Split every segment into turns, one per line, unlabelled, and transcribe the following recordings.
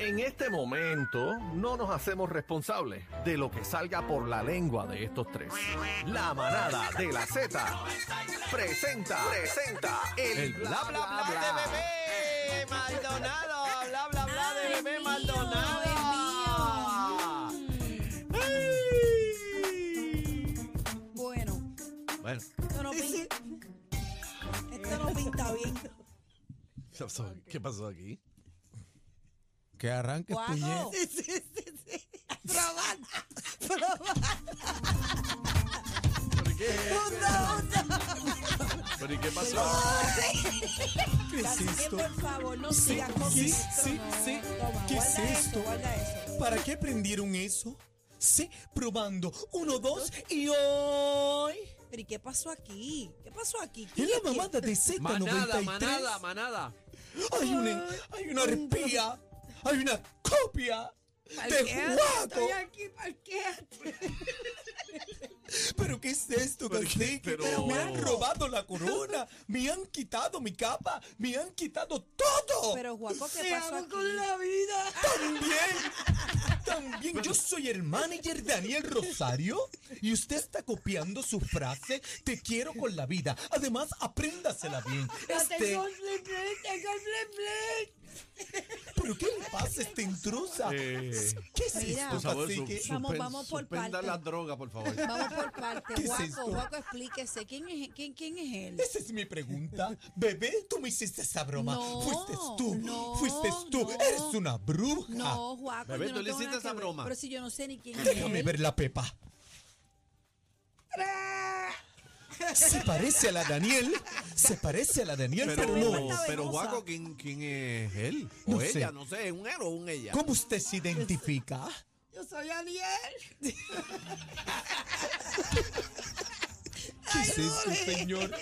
En este momento no nos hacemos responsables de lo que salga por la lengua de estos tres. La manada de la Z presenta, presenta el bla bla bla de bebé.
bebé Maldonado. Bla, bla, bla de bebé
Maldonado. Bueno,
Bueno,
esto no pinta, esto no pinta bien.
¿Qué pasó, ¿Qué pasó aquí? Que arranque
Guaco.
este
Sí, sí, sí, sí. Probando, probando. Punto, punto.
Pero ¿y qué pasó?
Así que, por favor, no sigas con
sí,
esto,
sí,
no.
sí.
Toma,
¿Qué es
guarda
esto?
Guarda eso.
¿Para qué prendieron eso? Sí, probando. Uno, dos, y hoy.
Pero ¿y qué pasó aquí? ¿Qué pasó aquí?
Es
¿Quién
la
aquí?
mamada de Z93.
Manada, manada, manada.
Hay una, hay una arpía. Hay una copia. De
Parquéate,
guaco.
Estoy aquí, parquéate.
¿Pero qué es esto, cacique?
pero-
Me han robado la corona. Me han quitado mi capa. Me han quitado todo.
Pero, Juaco, ¿qué pasó aquí?
vida. También. También yo soy el manager Daniel Rosario y usted está copiando su frase te quiero con la vida. Además, apréndasela bien. Este, ¿Pero qué le pasa a esta intrusa?
Eh.
¿Qué es
Mira.
esto,
Por
favor, su-
cacique?
Vamos, vamos por
suspendan
partes.
las drogas, por favor.
Vamos por
¿Qué
partes.
es
Guaco,
esto?
Guaco, explíquese. ¿Quién es, quién, quién es él?
Esa es mi pregunta. Bebé, tú me hiciste esa broma.
No,
Fuiste tú.
no,
Fuiste tú.
no.
Eres una bruja.
No, Juaco.
Ah. Bebé,
yo no
tú le
tengo
hiciste
nada que
esa
ver.
broma.
Pero si yo no sé ni quién es
Déjame
él.
ver la pepa. Se parece a la Daniel. Se parece a la Daniel, pero,
Pero,
no.
pero
venenosa.
Guaco, ¿quién, ¿quién es él? O
No
ella,
sé.
no sé, ¿es un él o un ella?
¿Cómo usted se identifica?
Yo soy Ariel.
¿Qué es esto, señor?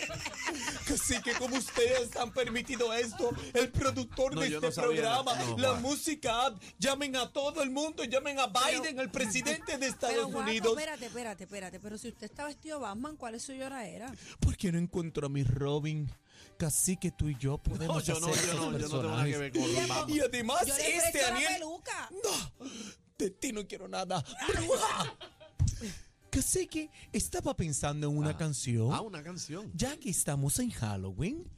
Así que como ustedes han permitido esto, el productor
No,
de
yo
este
no sabía,
programa,
no,
la
Juan.
música app, llamen a todo el mundo, llamen a Biden, al presidente de Estados
Pero, Juaco,
Unidos.
espérate, espérate, espérate. Pero si usted está vestido Batman, ¿cuál es su lloradera?
¿Por qué no encuentro a mi Robin? Casi que tú y yo
No,
podemos
yo no,
hacer
yo
esos
no, yo no tengo nada
personajes.
que ver con Mamá.
Y además,
Yo le
este
presto la
Daniel.
peluca.
¡No! De ti no quiero nada. ¡Bruja! Casi que estaba pensando en una canción.
Ah, una canción.
Ya que estamos en Halloween.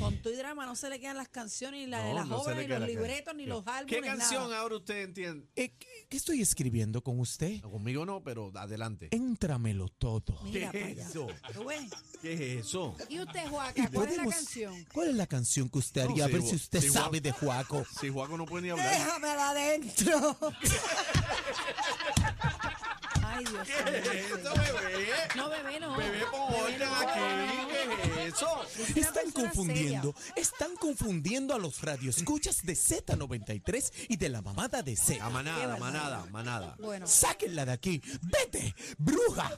Con tu y drama no se le quedan las canciones, ni la de
No,
las
no se
obras,
le
ni
queda
los
la cara.
libretos, ni los álbumes.
¿Qué canción
nada.
ahora usted entiende?
eh, ¿qué, qué estoy escribiendo con usted?
No, conmigo no, pero adelante.
Éntramelo todo.
Mira
¿Qué
para
es
allá.
eso?
¿Tú ves?
¿Qué es eso?
¿Y usted, Juaca, cuál es la
Podemos-
canción?
¿Cuál es la canción que usted
No,
haría?
sí,
a ver
Ju-
si usted
sí, Juan-
sabe de Juaco.
Si Juaco no puede ni hablar.
Déjamela adentro. Ay, Dios mío.
eso, bebé?
No, bebé, no.
Bebé, pon
Bebé,
orden
no.
aquí. ¿Qué es eso?
una
Están
persona
confundiendo, están confundiendo a los radioescuchas de Z93 y de la mamada de Z.
La
Qué
manada,
barbaridad.
manada, manada.
Bueno,
Sáquenla de aquí. Vete, bruja.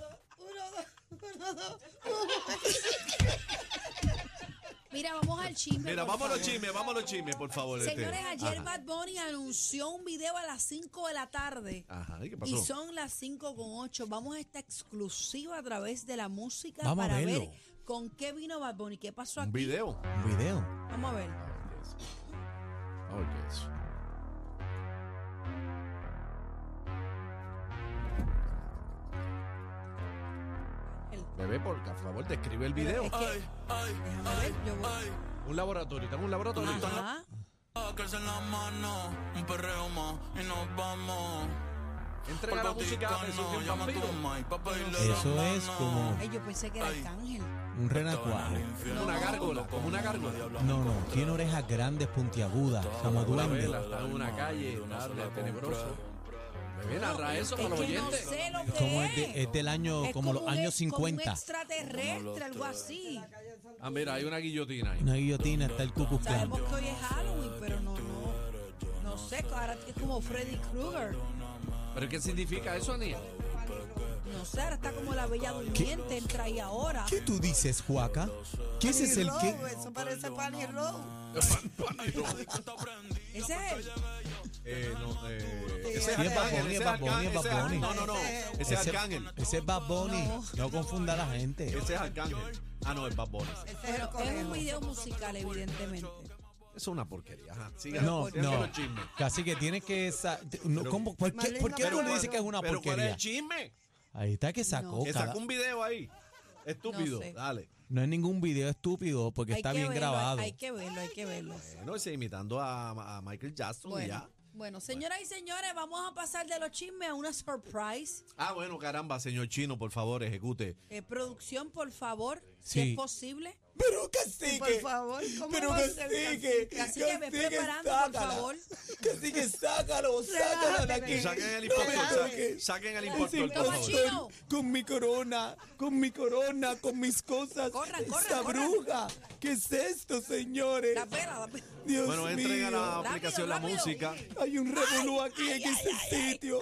mira, vamos al chisme.
Mira,
por
vamos a los
favor.
chismes, vamos a los chismes, por favor. este.
Señores, ayer
Ajá.
Bad Bunny anunció un video a las 5 de la tarde.
Ajá, ¿y qué
Y
pasó?
son las 5 con 8. Vamos a esta exclusiva a través de la música
Vamos a
para
verlo.
ver con qué vino Bad Bunny, qué pasó
Un
aquí.
video.
Un video.
Vamos a ver.
A ver qué es.
El-
Bebé, por favor, describe el video.
es que-
Ay, ay,
Déjame ver. Yo voy.
Un laboratorio, está en un laboratorio.
Ajá.
Sacarse la mano, un perreo más y nos vamos.
Entrega la
Polvo
música, me
tibicano,
surgió un
llama a
vampiro.
tu mai pa' bailar
Eso
la
es
mano.
como
Ay, yo pensé que era Arcángel.
un
Estaba en el
renacuajo.
infierno,
Una gárgola, como una gárgola.
No, no, tiene orejas grandes, puntiagudas, como
Una
duende.
vela, está en una calle, está tenebroso.
Bebé, narra eso
Es
para los
que no
oyentes.
sé lo que
Como
es.
es, de- es del año,
Es
como los
un
años
ex- como un
50.
extraterrestre, algo así.
Ah, mira, hay una guillotina ahí.
Una guillotina, está el Cucus
Sabemos que hoy es Halloween, pero no, no. No sé, ahora es que es como Freddy Krueger.
¿Pero qué significa eso, Ania?
No sé, ahora está como la bella durmiente, entra ahí ahora.
¿Qué tú dices, Juaca? ¿Qué ese es el que?
Eso parece Panny Row.
Ese es él.
Eh, no, eh,
Sí,
ese es
sí,
es Bad
Arcángel,
Bunny,
ese
es
es
Bad Bunny, es
Arcángel,
Bad
ese es Ar-
Bunny.
No, no, no, ese es Arcángel.
ese es Bad Bunny.
No.
No. confunda a la gente.
Ese es Arcángel. Ah, no, es Bad Bunny.
Ese es el
Pero es un
conejo.
video musical, evidentemente.
Es una porquería. Ajá, sigan-
No,
sigan con
no.
los chismes.
Casi que tienes que. sa- no, ¿cómo? ¿Por qué,
Marlene,
por qué
no
tú
puedo.
le dices que es una
Pero ¿cuál es
porquería?
el chisme?
Ahí está que sacó.
Que
cada-
sacó un video ahí. Estúpido,
No sé.
dale.
No es ningún video estúpido porque está
que
bien
verlo,
grabado.
Hay, hay que verlo, hay que verlo.
Bueno, ese imitando a, a Michael Jackson y ya.
Bueno, bueno, señoras y señores, vamos a pasar de los chismes a una surprise.
Ah, bueno, caramba, señor Chino, por favor, ejecute.
Eh, producción, por favor, si
Sí.
es posible.
Pero cacique.
Por favor, ¿cómo
Pero
va a ser
cacique.
Así que ve
cacique,
preparando, por
sácala.
favor.
Cacique, sácalo, sácalo de aquí.
Saquen el
No me
impostor,
toques.
saquen, saquen el
Ese
impostor, por
Toma,
favor.
Chino.
impostor Con mi corona, con mi corona, con mis cosas.
Corran, corran,
Esta
corran.
bruja. ¿Qué es esto, señores?
La pela, la pela.
Dios
Bueno,
mío.
entregan la
Rápido,
aplicación la
rápido.
música.
Hay un revolú aquí
ay,
en
ay,
este sitio.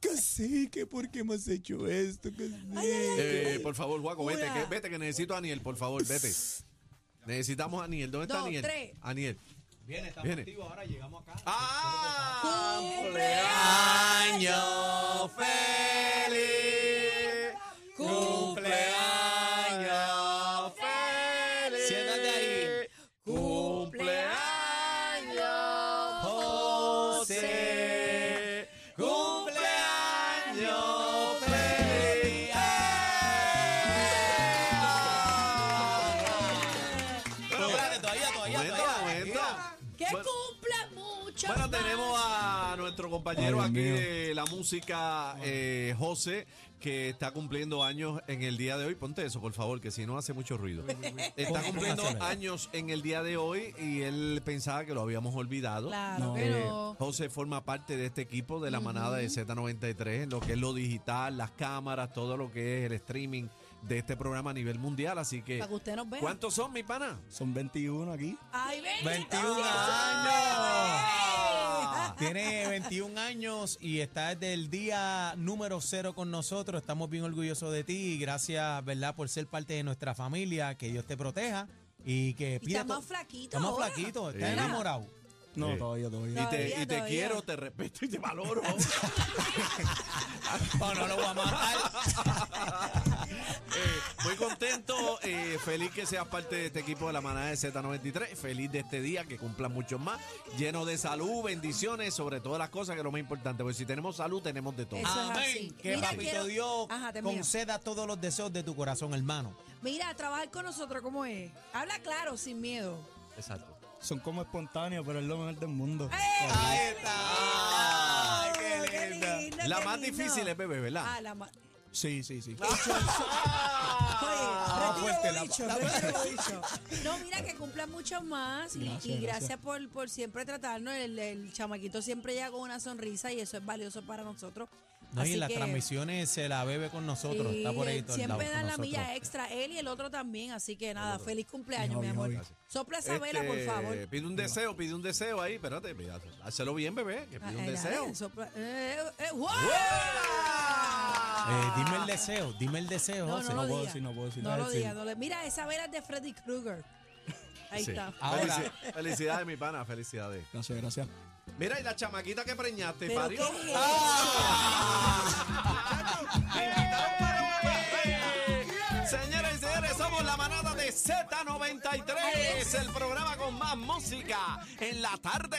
Cacique, ¿por qué me has hecho esto? Cacique.
Eh, por favor, Juaco, vete
Hola.
que, vete, que necesito a Aniel, por favor, vete. Necesitamos a Aniel. ¿Dónde está
Dos,
Aniel?
tres.
Aniel.
Viene, estamos
Viene.
activos ahora, llegamos acá.
¡Ah!
¡Cumpleaños
feliz! ¡Cumpleaños feliz!
Siéntate ahí.
¡Cumpleaños
Oh,
José! ¡Cumpleaños feliz!
Pero espérate, todavía, todavía,
Momento,
todavía.
momento.
Que
Bueno.
cumpla mucho.
Bueno,
más.
tenemos a nuestro compañero
Ay,
aquí
Dios mío.
de la música, eh, José, que está cumpliendo años en el día de hoy. Ponte eso, por favor, que si no hace mucho ruido. Está cumpliendo
Pónselo.
años en el día de hoy y él pensaba que lo habíamos olvidado.
Claro,
Eh,
pero.
José forma parte de este equipo de la manada de Z93 en lo que es lo digital, las cámaras, todo lo que es el streaming de este programa a nivel mundial. Así que,
Para que usted nos vea.
¿cuántos son, mi pana?
Son 21 aquí.
¡Ay, ven!
21
Ah.
Tiene 21 años y está desde el día número cero con nosotros. Estamos bien orgullosos de ti y gracias, ¿verdad?, por ser parte de nuestra familia. Que Dios te proteja y que
Y está
to-
más flaquito.
Está más
ahora.
flaquito, está
Sí.
enamorado.
No, Sí.
todavía, todavía.
Y te,
Todavía,
y te
todavía.
quiero, te respeto y te valoro.
No, no lo voy a matar.
Ah,
Eh, muy contento, eh, feliz que seas parte de este equipo de la manada de Z93, feliz de este día, que cumplan muchos más, lleno de salud, bendiciones, sobre todas las cosas, que es lo más importante, porque si tenemos salud, tenemos de todo.
Eso es así.
Amén. Que
Mira,
papito
quiero-
Dios
Ajá, termina.
conceda todos los deseos de tu corazón, hermano.
Mira, trabajar con nosotros, ¿cómo es? Habla claro, sin miedo.
Exacto.
Son como espontáneos, pero es lo mejor del mundo.
Ahí está. Ay,
Oh, qué lindo,
La
qué
más
lindo.
difícil es bebé, ¿verdad?
Ah, la más.
Sí, sí, sí.
Ah.
Oye,
fuerte,
retiro
la-
lo dicho, retiro lo dicho. No, mira, que cumplan mucho más. y- y gracias, por, por siempre tratarnos. El, el chamaquito siempre llega con una sonrisa y eso es valioso para nosotros.
No, y
Así
en las
que-
transmisiones se la bebe con nosotros.
Sí,
está por ahí todo el lado
Siempre
con
dan la
nosotros.
milla extra, él y el otro también. Así que nada, feliz cumpleaños, mi amor. Sopla esa vela, por
Este,
favor.
Pide un deseo, pide un deseo ahí, espérate, mira, hazlo bien, bebé, que
Ah,
pide un
eh,
deseo.
eh, sopla- eh, eh, ¡guau!
Eh, dime el deseo, dime el deseo,
No, no,
José.
lo
puedo
diga.
decir, no puedo decir, Ah,
No
no
lo
voy a decir.
diga, no le- Mira, esa vela es de Freddy Krueger. Ahí
Sí. Ah,
está.
Ahora.
Felici- Felicidades, mi pana, felicidades.
Gracias, gracias.
Mira, y la chamaquita que preñaste,
¿Pero
parió. ¡Ah!
qué es eso?
Señoras y señores, somos la manada de Z93, el programa con más música en la tarde.